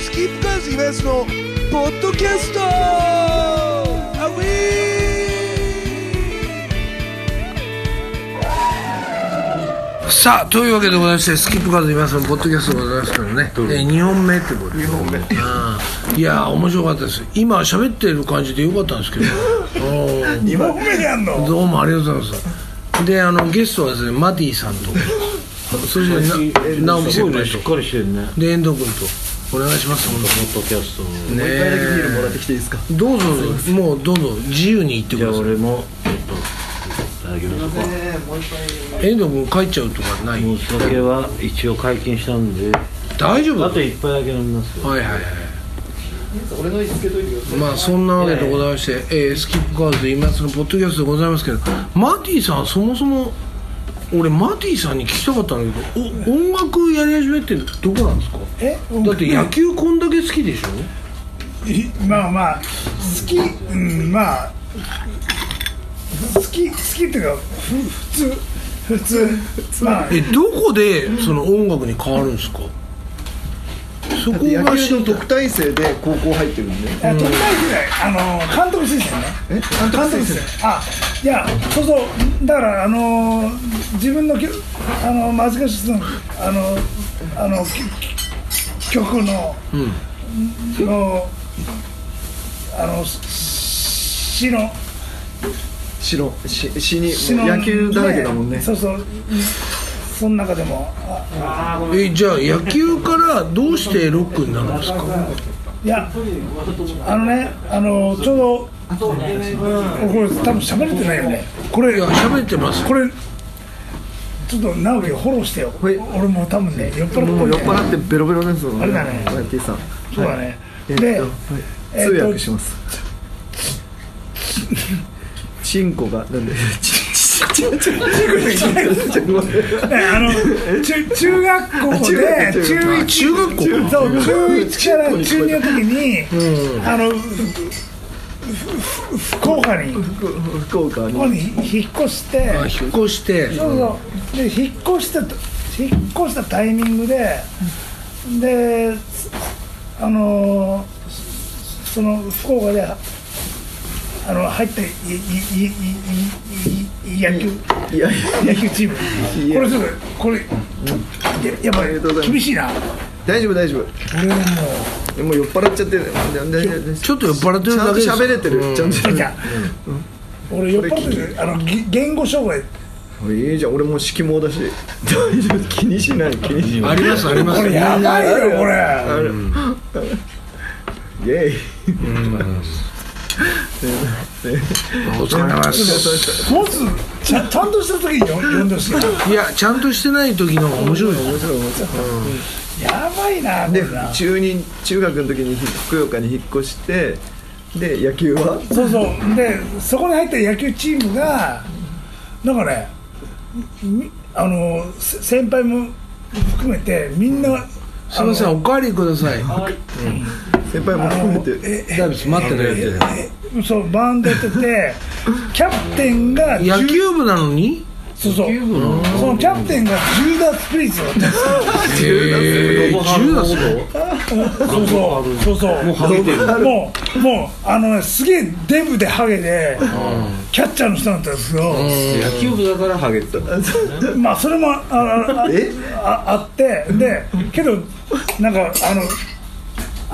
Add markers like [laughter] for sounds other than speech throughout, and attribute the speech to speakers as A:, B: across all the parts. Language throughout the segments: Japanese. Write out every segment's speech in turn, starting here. A: スキップカーズイベントのポッドキャストアウィーさあというわけでございましてスキップカーズイベントのポッドキャストでございますけどね、えー、2本目ってことで
B: ごめん
A: あーいやー面白かったです今喋ってる感じでよかったんです
B: [laughs]
A: けどうん
B: 2本目やんの
A: どうもありがとうございます。で、あのゲストはですね、マディさんと、そしてな直樹
C: す
A: 先
C: ごいね
A: 輩
C: しっ
A: と、
C: かりしてるねポッ
A: で遠藤君とお願いします。本
C: ドキャスト
A: 当ね
B: 一杯だけビールもらってきていいですか
A: どうぞどうぞもうどんどん自由に言って
C: じ
A: く
C: ゃあ
A: ださ
C: 俺もちょっといただきますか
A: い。遠藤君帰っちゃうとかない。
C: お酒は一応解禁したんで
A: 大丈夫だ
C: あ。と一杯だけ飲みますよ
A: はいはいはい。
B: 俺の位置つけといてくださ
A: まあそんなわけでございまして、えースキップカードで今そのポッドキャストでございますけど、マディさんそもそも。俺マディさんに聞きたかったんだけどお音楽やり始めってどこなんですか
D: え
A: だって野球こんだけ好きでしょ
D: いまあまあ好きうんまあ好き好きっていうかふ普通普通まあ
A: えどこでその音楽に変わるんですかそこ
B: い
A: が
B: 野
A: 知
B: 球の
A: りた
B: 特
A: い
B: 待生で高校入ってるんで
D: 特待生あの監督推薦ね
B: え監
D: 監督推薦あいやそうそうだからあの自分のきあのマズカシスのあのあのきき曲の、のあの詩の
B: 白し死に
D: 詩の
B: もう野球だらけだもんね
D: そうそうその中でもあ
A: えじゃあ野球からどうしてロックになるんですか
D: いや、あのね、あのちょうど、これ、多分喋れてないよね、これ、
A: いや喋ってます
D: これ、ちょっと直樹、フォローしてよ、
B: はい
D: 俺もう多分ね、酔っ払って
B: もう
D: る
B: 酔っ払ってベロベロですもん
D: あれだね
B: マイティさん
D: そうだね、
B: えっ
D: で
B: と、
D: えっ
B: 通
D: と
B: 訳しますチンコがなんでチンチンチンチンコ
D: ねあの中中学校
B: 中
D: で、
B: 学校
D: 中1、
A: 中学校
D: そう中1から中2の時に、あの、ふふ福岡に、
B: 福岡
D: ここ
B: に
D: に引っ越して、
A: あ引っ越して
D: そうそうで引っ越した引っ越したタイミングでであのーその福岡であの入ったいいいいいいい野球
B: いやいや
D: 野球チーム
B: いや
D: これちょっとこれや
B: あり
D: や
B: が
D: っぱ
B: とうございます
D: り厳しいな
B: 大丈夫大丈夫
D: 俺はも
B: もう酔っ払っちゃってる大丈夫大
A: ち
B: 丈
A: ょっと酔っ払って
B: 夫
A: る
B: ちゃ
A: だけ
B: んと
A: です
B: 喋れてるちゃん
D: う
B: と喋れ
D: じ
B: てる
D: ゃあ俺酔っ払ってるあのぎ言語障害
B: いいじゃん俺もう色毛だし大丈夫気にしない気にしない
A: ありますあります
D: これやばいよこれ
B: イエイ
A: お疲れ様です
D: もつちゃちゃんとした時に呼んでほしい
A: いやちゃんとしてない時の方が面白いよ
B: 面白い面白い
D: やばいな
B: で
D: これな
B: 中二中学の時に福岡に引っ越してで野球は
D: そうそうでそこに入った野球チームがなんかねみあのせ先輩も含めてみんな
A: すいませんおかわりください
B: 先輩も含めて
D: え
A: ダイビス待ってないで
D: えそうバンドやって [laughs] てキャプテンが
A: 野
D: 10
A: 球部なのに
D: そうそうそのキャプテンがジューダス・プリースだったんですよ
A: へえ10だそう
D: そうそうそうそうもうハゲてるもうもうあのねすげえデブでハゲでキャッチャーの人だったんですよ
C: 野球部だからハゲてたの
D: まあそれもあああ
B: え
D: ああってでけどなんかあの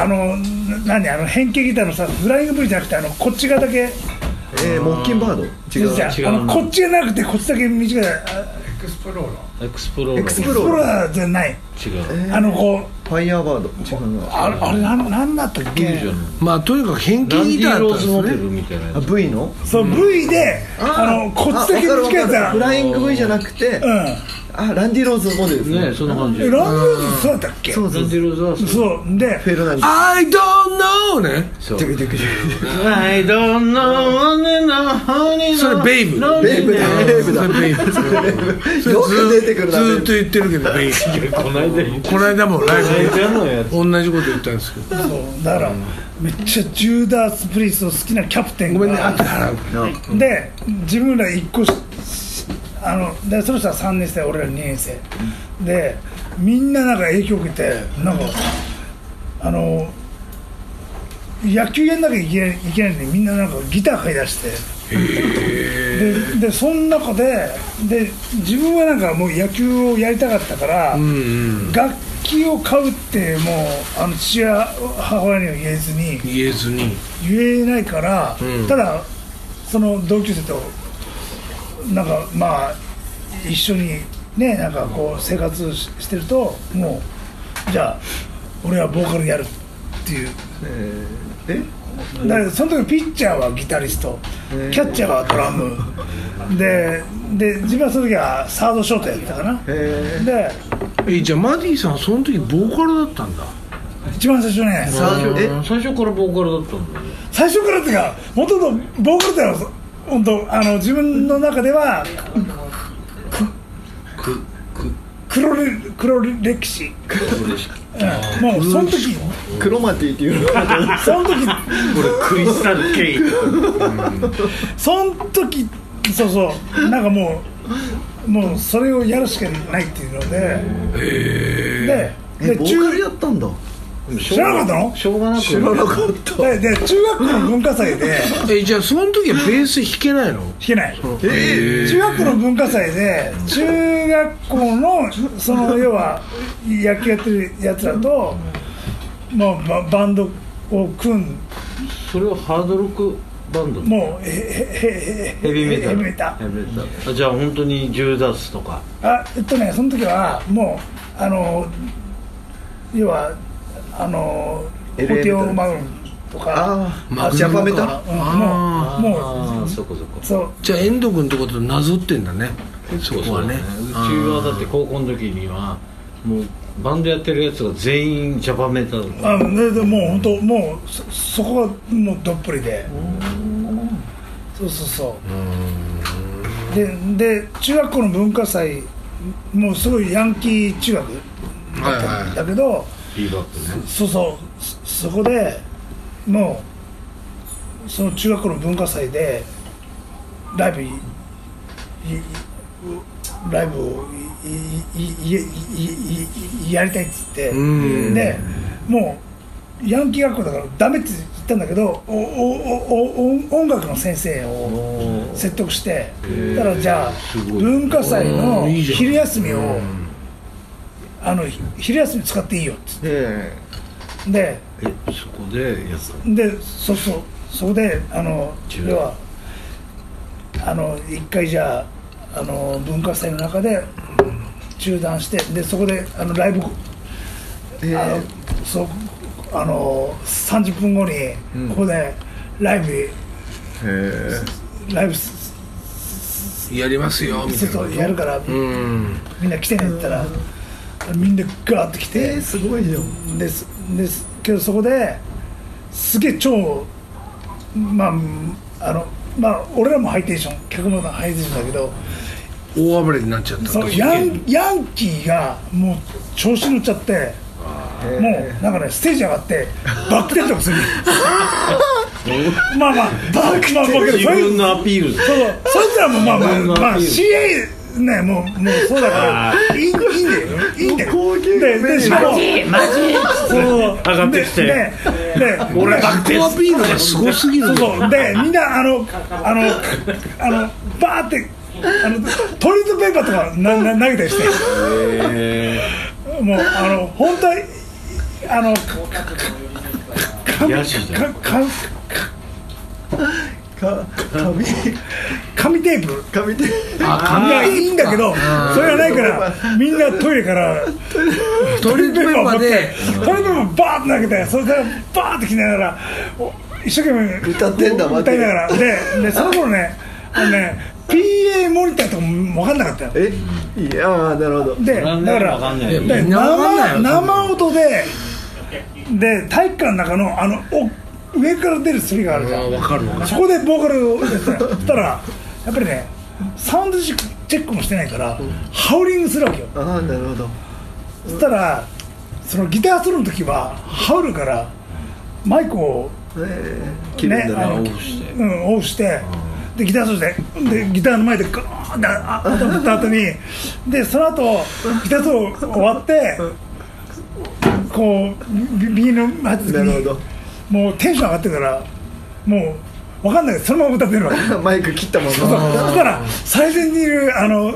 D: あのな何あの変形ギターのさフライング V じゃなくてあのこっち側だけ
B: えーモッキンバード違う
D: じゃああのこっちがなくてこっちだけ短いあ
C: エクスプローラ
B: エクス
C: ー
B: プ
D: プ
B: ロー
D: ロ
B: ラー
D: ラじゃない
C: 違う
D: あのこう
B: ファイヤーバード違うな
D: あれあれなんなんだったっけ
A: まあとにかく変形
C: ランデ
A: ギター
C: ィ・
A: だ
C: ロ
A: っ
C: ー
A: た
C: ズ
A: ん
C: モ
A: で
C: デ
A: すね
C: ルみたいな
B: あ V の
D: そう V であのこっちだけ
B: あわかる
D: 短い
B: わ
D: やつ
B: かる
D: だ
B: フライング V じゃなくて
D: うん
B: あランディ・ローズモデルですね
C: ねそんな感じ
D: え
C: ラン
D: ランドルーズそうだったっけ
B: そうそう
C: ディ・ローズはそう
D: そうで
B: フェルナンデ
A: I don't know ね
C: そう
B: ィテクテクテク
C: I don't know n
A: それベイブ
B: ベイブだベイブだ
A: ベイブ
B: よく出てくる
A: ず
B: な
A: ーっと言ってるけどベイブ
C: この間言っ
A: この間もライブで
C: たのやつ
A: 同じこと言ったんですけど
D: そうだからめっちゃジューダース・プリーストの好きなキャプテンが
A: ごめんね後で払う
D: で自分ら一個しあのでその人は3年生俺ら2年生でみんななんか影響受けてなんかああの野球やんなきゃいけないいけないのにみんななんかギター買い出してででその中でで自分はなんかもう野球をやりたかったから、楽器を買うってもうあの父親母親には言えずに
A: 言えずに
D: 言えないから、ただその同級生となんかまあ一緒にねなんかこう生活ししてるともうじゃあ俺はボーカルやるっていう
B: え
D: だけどその時ピッチャーはギタリストキャッチャーはドラムでで自分はその時はサードショートやったかな
B: え
D: で
A: えじゃあマディさんその時ボーカルだったんだ
D: 一番最初ね
B: 最初え
C: うん最初からボーカルだったんだね
D: 最初からっていうかほとんどボーカルってのは本当あの自分の中では
C: くく
D: 黒れ黒歴史、うん、もうその時
B: クロマティっていうのが
D: その時
C: これクリスタル・ケイト
D: その時そうそうなんかもうもうそれをやるしかないっていうのでで
B: え
D: で
B: ボーカルやったんだ
D: 知らなかったの
C: しょうがなく
B: 知らなかった
D: でで中学校の文化祭で
A: えじゃあその時はベース弾けないの
D: 弾けない
B: え
D: 中学校の文化祭で中学校の
C: [laughs]
D: その要は野球やってるやつらと、まあ、ババンドを組ん
C: それはハードロックバンド
D: もうへへへ
C: ヘビーメタル
D: ヘビーメタ
C: ヘビーメタルじゃあ本当に10ダースとか
D: あえっとねその時はもうあの要はあの
B: LA
D: ホテオマウンとか
B: ああジャパメタ
D: うんもうも
C: あ
D: う
C: ーそこそこ
D: そう
A: じゃあ遠藤君とことなぞってんだねそこはね
C: うちはだって高校の時にはもうバンドやってるやつが全員ジャパメタル
D: あのででもう本当もうそそこはもうどっぷりでそうそうそうでで中学校の文化祭もうすごいヤンキー中学だったんだけど、
C: ビーバップね
D: そうそうそそこでもうその中学校の文化祭でライブいいライブをいいいいいいいやりたいっつって
A: ん
D: でもうヤンキー学校だからダメって言ったんだけどおおおお音楽の先生を説得してだからじゃあ文化祭の
A: うんいいじゃん
D: 昼休みをあのひ昼休み使っていいよっつって。
B: え
D: で
C: えそこでやった
D: でそうそうそこであの
C: 10
D: 要はあの一回じゃああの文化祭の中で中断してでそこであのライブ
B: え
D: あの
B: え
D: そうあの30分後にここでライブ、
B: え
D: ライブす
A: やりますよみた
D: す
A: い
D: ると
A: な
D: やるから
A: うん
D: みんな来てねって言ったらみんなガーッと来て。
B: えすごいじゃん
D: ですですけどそこですげえ超まああのまあ俺らもハイテンション客もハイテンションだけど
A: 大暴れになっちゃった
D: そのヤンヤンキーがもう調子乗っちゃってもうなんかねステージ上がってバック転
C: [laughs]
D: 倒するまあまあバックまあまあけど
C: 自
D: それ
C: 分のアピールで
D: そうそうそいつらもまあまあ
C: うん
D: まあ CA ねもうもうそうだからいいいいんだよいいんだよ
B: 高級
D: ででしかも
C: マジ
D: そう上
C: がってきて
D: でで俺
A: バックアピールがすごすぎる
D: そ
A: ん
D: う
A: だよ
D: そうでみんなあのあのあのバーってあのトイレットペーパーとかなな投げたりしてもうあの本当はあの
C: ヤシだよ
D: かか
B: か紙
D: 紙テープ
B: 紙で
D: いやいいんだけどそれがないからみんなトイレから
A: トイレットペーパー
D: トイレ
A: で
D: ットペーパー持ってトイレットペーパーバーって投げてそれからバーって来ながらお一生懸命
B: 歌ってんだ待って
D: 歌いながらででその頃ねあのね PA モニターとかも分かんなかったよ
B: えいやーなるほど
D: でだ
C: わ
D: か
C: かん
D: ら
C: ないよ
A: いや
D: で
A: みんなわかんない
D: 生
A: よ
D: 生音でで体育館の中のあのお上から出るスリがあるじゃん
A: 分かるわ
D: そこでボーカルをやってたよそしたらやっぱりねサウンドチェックチェックもしてないからハウリングするわけよ
B: ああなるほど
D: そしたらそのギターソロの時はハウルからマイクを
B: ええ切る
D: ね
B: んだ
D: あの
B: なお
D: うんオフしてでギターソロしてでギターの前でガーンってあ頭打った後にでその後ギターソロ終わってこうビビーの待つ時
B: なるほ
D: に
B: ど
D: もうテンション上がってるからもうわかんないけどそのまま歌ってるわけ
B: マイク切ったもん
D: そう
B: な
D: だから最前にいるあの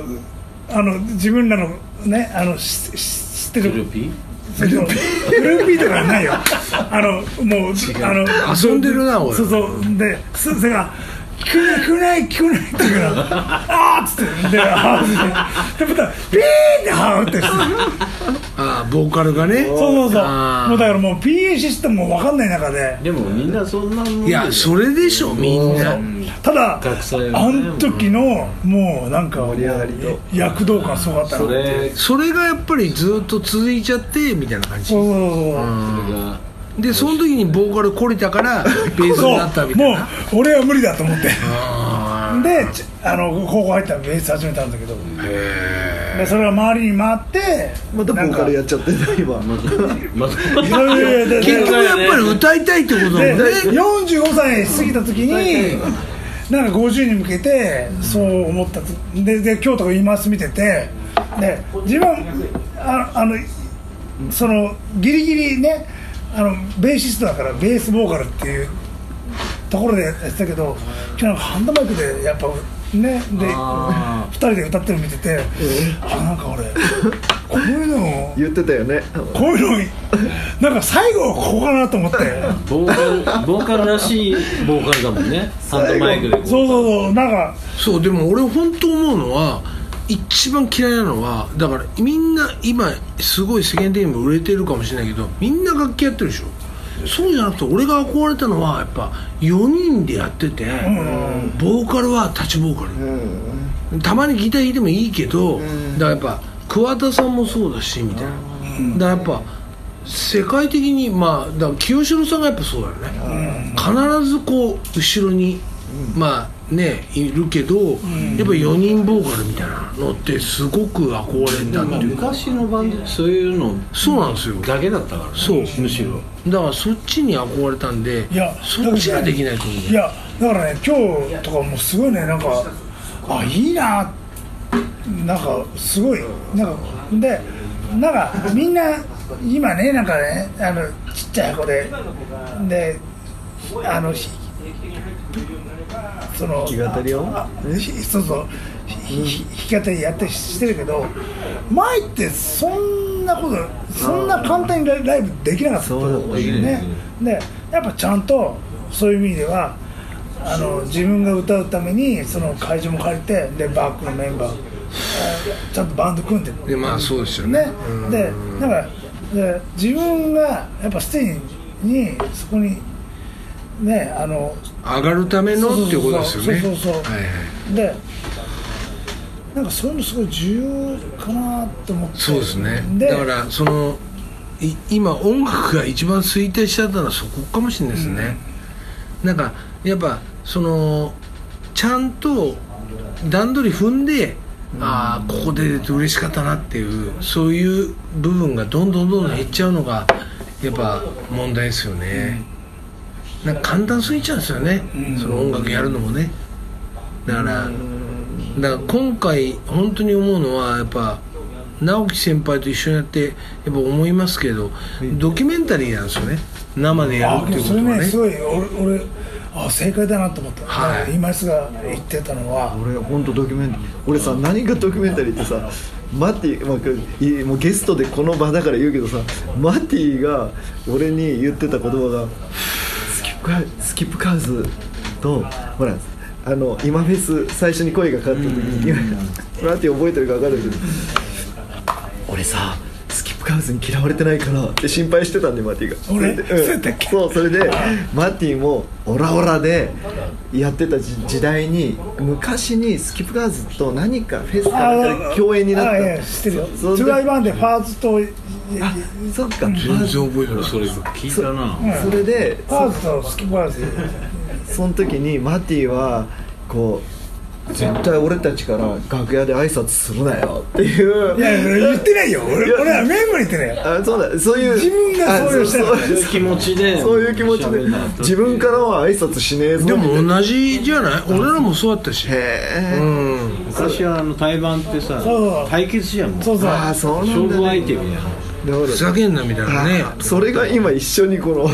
D: あの自分らのねあのしし知って
C: グ
D: る
C: ルーピー
D: グルーピーグルーピーとかはないよあのもうあの
A: 遊んでるな俺
D: そうそうですそれが「聞くない聞くない聞くない」って言うから「あーっ!」つってであーってでまたピーってハーってして
A: ああボーカルがね
D: そうそうそう
A: あー
D: もうだからもう PA システムも分かんない中で
C: でもみんなそんなもん
A: いやそれでしょみんな
D: ただ
C: 学祭はね
D: あの時のもうなんか
B: 盛り上がりと
D: 躍動感すごかったな
C: それ
A: それがやっぱりずっと続いちゃってみたいな感じ
D: そうそうそうそう
C: それが
A: でその時にボーカル懲りた
D: [laughs]
A: からベースになったみたいな
D: そうもう俺は無理だと思ってでちあの高校入ったらベース始めたんだけどでそれが周りに回って
B: またボーカルやっちゃってた今
C: ま
D: いろいろやって
A: 結局やっぱり歌いたいってことだもんね
D: で45歳過ぎた時になんか50に向けてそう思ったとでで今日とか言います見ててで自分ああのそのギリギリねあのベーシストだからベースボーカルっていうところでやってたけど今日なんかハンドマイクでやっぱねで
C: あ
D: 2人で歌ってるの見ててあなんか俺こういうの
B: 言ってたよね
D: こういうのなんか最後はここかなと思って。
C: ボーカルボーカルらしいボーカルだもんねハンドマイクでこう
D: そうそうそうなんか
A: そうでも俺本当思うのは一番嫌いなのはだからみんな今すごい世間的にも売れてるかもしれないけどみんな楽器やってるでしょそうじゃなくて俺が憧れたのはやっぱ4人でやっててボーカルは立ちボーカル、たまにギター弾いてもいいけど、だからやっぱ桑田さんもそうだしみたいな、だからやっぱ世界的にまあだから清志郎さんがやっぱそうだよね、必ずこう後ろに、まあねいるけど、やっぱ4人ボーカルみたいなのってすごく憧れたっていうか、
C: 昔のバンドそういうの
A: そうなんですよ
C: だけだったからね
A: そう
C: むしろ
A: だからそっちに憧れたんで
D: いや
A: そっちができないと思う
D: いやだからね今日とかもすごいねなんかあいいななんかすごいなんかでなんかみんな今ねなんかねあのちっちゃい子でであのひその
B: 弾き語りを
D: あひ [laughs] そうそうひひ弾き語りやってしてるけど前ってそんなことそんな簡単にライライブできなかった
B: そうだね
D: ねでやっぱちゃんとそういう意味ではあの自分が歌うためにその会場も借りてでバックのメンバーえーちゃんとバンド組んで
A: でまあそうですよね
D: ねでだからで自分がやっぱステージにそこにねあの
A: 上がるためのっていうことですよね
D: そうそうそうそう
A: はいはい
D: でなんかそういうのすごい重要かなと思って
A: そうですね
D: で
A: だからそのい今音楽が一番衰退しちゃったのはそこかもしれないですね、なんかやっぱそのちゃんと段取り踏んで、ああここで出て嬉しかったなっていうそういう部分がどんどんどんどん減っちゃうのがやっぱ問題ですよね、なんか簡単すぎちゃうんですよね、その音楽やるのもねだから、だから今回本当に思うのはやっぱ直樹先輩と一緒にやってやっぱ思いますけどドキュメンタリーなんですよね生でや
D: あ
A: るっていうこ
D: そ
A: と
D: れ
A: は
D: ねす
A: ね
D: ごい俺俺あ正解だなと思った、
A: はい
D: 今すが言ってたのは
B: 俺本当ドキュメン俺さ何がドキュメンタリーってさマティ、まあいい、もうゲストでこの場だから言うけどさマティが俺に言ってた言葉がスキップカースキップカーズとほらあの今フェス最初に声がかかった時にマティ覚えてるか分かるけど俺さスキップカーズに嫌われてないかなって心配してたんでマティが
D: 俺
B: それで
D: そうやったっけ
B: そうそれでマーティもオラオラでやってた時時代に昔にスキップガーズと何かフェスかなんかで共演になっ
D: あい
B: た
D: や知ってるよ
B: そ
D: ト
B: そ
D: ゥ
B: んで
D: ライバンでファーズといい
B: あそっか
A: 全然覚えてない
C: それ聞いたな
B: それで
D: ファーズとスキップファーズ
B: その時にマティはこう絶対俺たちから楽屋で挨拶するなよっていう
D: いや言ってないよ俺俺はメンバーに言ってないよ
B: あそうだそういう
D: 自分がそういう
B: あ
D: してる
B: そうそう
C: 気持ちで
B: [laughs] そういう気持ちで
C: 喋んなかった
B: 自分からは挨拶しねえぞ
A: で
B: みたい
A: も
B: な
A: 同じじゃない俺らもそうだったし
B: へ
A: う
B: え
A: ん
C: 昔はあの対バンってさ
D: そう
C: 対決じゃんもう
D: そうそう
B: ああそうなんだ
C: 勝
B: ね
C: 負相手みたいな
B: だから
A: ふざけんなみたいなね
B: それが今一緒にこの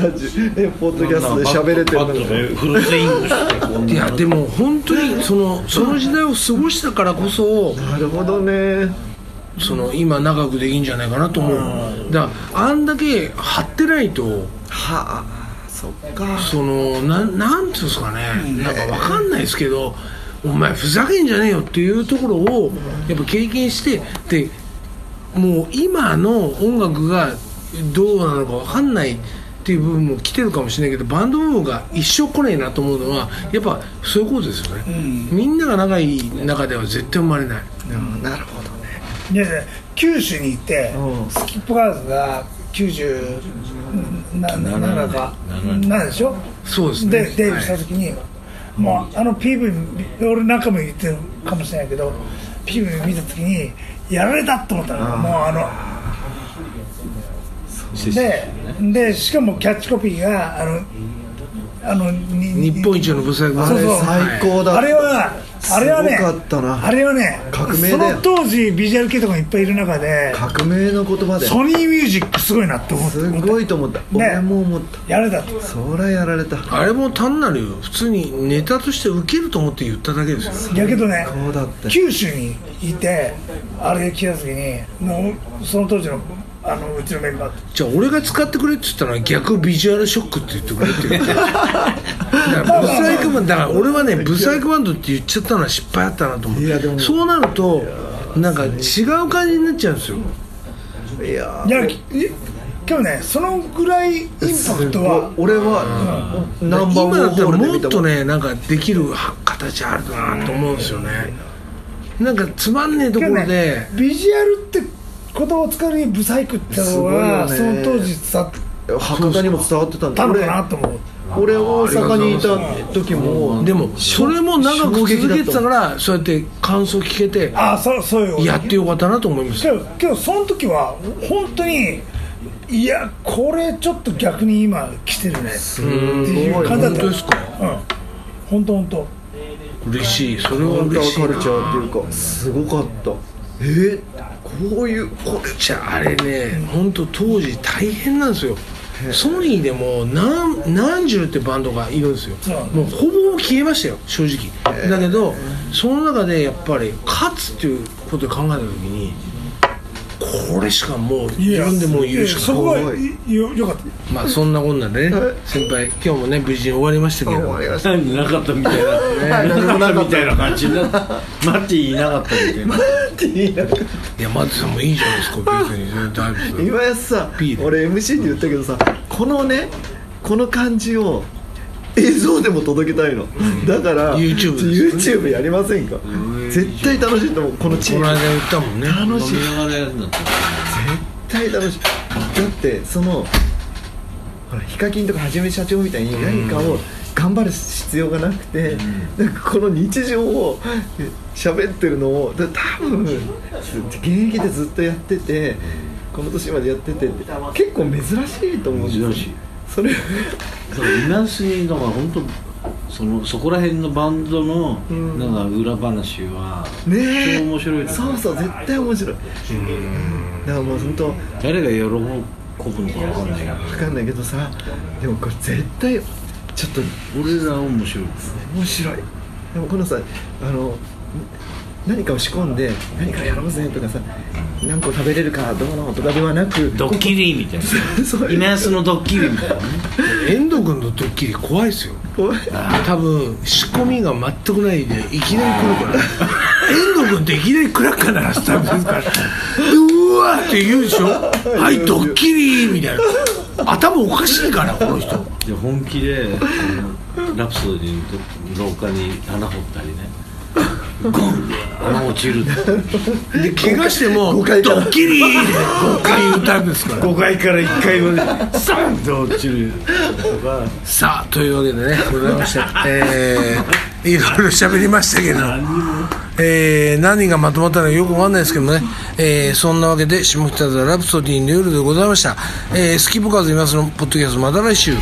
B: ラジえポッドキャストで喋れてるの
C: バットで
B: が
C: フルスイングしてこう
A: いやでも本当にそのその時代を過ごしたからこそ
B: なるほどね
A: その今長くできんじゃないかなと思うだからあんだけ張ってないと
B: はあそっか
A: そのなんなんつうんですかねなんかわかんないですけどお前ふざけんじゃねえよっていうところをやっぱ経験してでもう今の音楽がどうなのかわかんないっていう部分も来てるかもしれないけどバンド部分が一生来ねえなと思うのはやっぱそういうことですよね、みんなが仲いい中では絶対生まれない
B: うんなるほどね
D: いやいや九州に行って、
B: うん
D: スキップカーズが97か
C: 77
D: 7でしょ
A: そうですね
D: でデビュー
A: はい
D: した時に、もうあの PV 俺なんかも言ってるかもしれないけど PV 見た時にやられたと思ったのもうあのででしかもキャッチコピーがあのあのに
A: 日本一のブサイク
B: あ
D: そう
B: れ
D: そう
B: 最高だ
D: あれはあれはね
B: すごかったな
D: あれはね
B: 革命だよ
D: その当時ビジュアル系とかいっぱいいる中で
B: 革命の言葉で
D: ソニーミュージックすごいなって思って
B: すごいと思った俺も思った
D: やれたと
B: そりゃやられた
A: あれも単なる普通にネタとしてウケると思って言っただけですよ
D: やけどね
B: そうだった
D: 九州にいてあれ来た時にもうその当時のあのうちのメンバーと
A: じゃあ俺が使ってくれって言ったのは逆ビジュアルショックって言ってくれって言ってだ
B: [laughs]
A: からブサイクバンドだから俺はねブサイクバンドって言っちゃったのは失敗だったなと思っ
B: いやで
A: て
B: も
A: そうなるとなんか違う感じになっちゃうんですよ
B: いや
D: いやい今日ねそのぐらいインパクトは
B: 俺はナンバー
A: 今だ
B: ワン
A: った
B: ホー
A: ら
B: ルで
A: もっ
B: 見た
A: と
B: もん
A: ねなんかできる形あるなと思うんですよねなんかつまんねえとこ
D: 今
A: ろ
D: 日
A: で、
D: ねビジュアルって言葉を使うにブサイクってのは、
B: す
D: そ
B: ごいよ
D: の
B: ね
D: 当時伝わっ
B: 博多にも伝わってたんだ
D: たのか
B: 俺
D: なと思う
B: 俺大阪にいた時も
A: でもそれも長く続けてた
B: 衝撃だっ
A: からそうやって感想聞けて
D: ああそうそういう
A: やってよかったなと思います
D: けどけどその時は本当にいやこれちょっと逆に今来てるねっていう感じだ
A: 本
D: った
A: 当ですか
D: うん本当本当
A: 嬉しいそれ
B: カ
A: は
B: ウンタ
A: 嬉
B: ー
A: しい
B: カル
A: な
B: チャーっていうかすごかったえこういうこれ
A: じゃああれね本当当時大変なんですよソニーでも何何十ってバンドがいるんですよ
D: そう
A: もうほぼ消えましたよ正直だけどその中でやっぱり勝つっていうことで考えた時にこれしかもう自分でもう言うし
D: そ
A: か
D: こ
A: ない
D: はよよかった
A: まあそんなこんなんでね先輩今日もね無事に終わりましたけど
C: 何もなかったみたいな、
B: ね
C: なかったみたいな感じになって
B: [laughs]
C: マッティいなかったみたいな
A: いや松さんもいいじゃないですか別にそれ [laughs] だいぶ
B: 今やさ
A: P で
B: 俺 MC で言ったけどさこのねこの感じを映像でも届けたいのだから
A: YouTube ですよ
B: YouTube やりませんか絶対楽しいと思うこのチ
A: こ
B: ー
A: の
B: ム
A: 間
B: 絶
A: 言ったもんね
B: 楽しい
C: 飲みながらやるんだって
B: 対楽しいだってそのほらヒカキンとかはじめ社長みたいに何かを頑張る必要がなくてなんかこの日常をえ喋ってるのをだ多分ず現役でずっとやっててこの年までやっててって結構珍しいと思うんですよ
C: 珍しい
B: それ
C: だからイナンスにだから本当そのそこら辺のバンドの
B: ん
C: なんか裏話は
B: ねえ
C: 超面白いですね
B: そうそう絶対面白いだからもう本当わ
C: 誰が喜ぶのかわかんないけど
B: かんないけどさでもこれ絶対ちょっと
C: 俺らは面白いです
B: 面白いでもこのさあのん何かを仕込んで何かやろうぜとかさ何個食べれるかどうのとかではなく
C: ドッキリみたい
B: [laughs] そう
C: なイナンスのドッキリみたいなね
A: 遠藤君のドッキリ怖いですよ
B: こう
A: 多分仕込みが全くないでいきなり来るから遠藤君っていきなりクラッカー鳴らしたんですからでうわーって言うでしょはいドッキリみたいな頭おかしいからこの人
C: で本気であのラプソディの廊下に穴掘ったりね [laughs] ゴンで穴落ちる
A: で怪我してもド
B: 誤解から
A: ッキリって5回言うタイプですから
C: 5階から1階までサンと落ちるとか
A: さあというわけでねございましてえー、いろいろ喋りましたけどえー、何がまとまったのかよくわかんないですけどね、えー、そんなわけで下北沢ラプソディの夜でございました、えー、スキップカーズいますのポッドキャストまた来週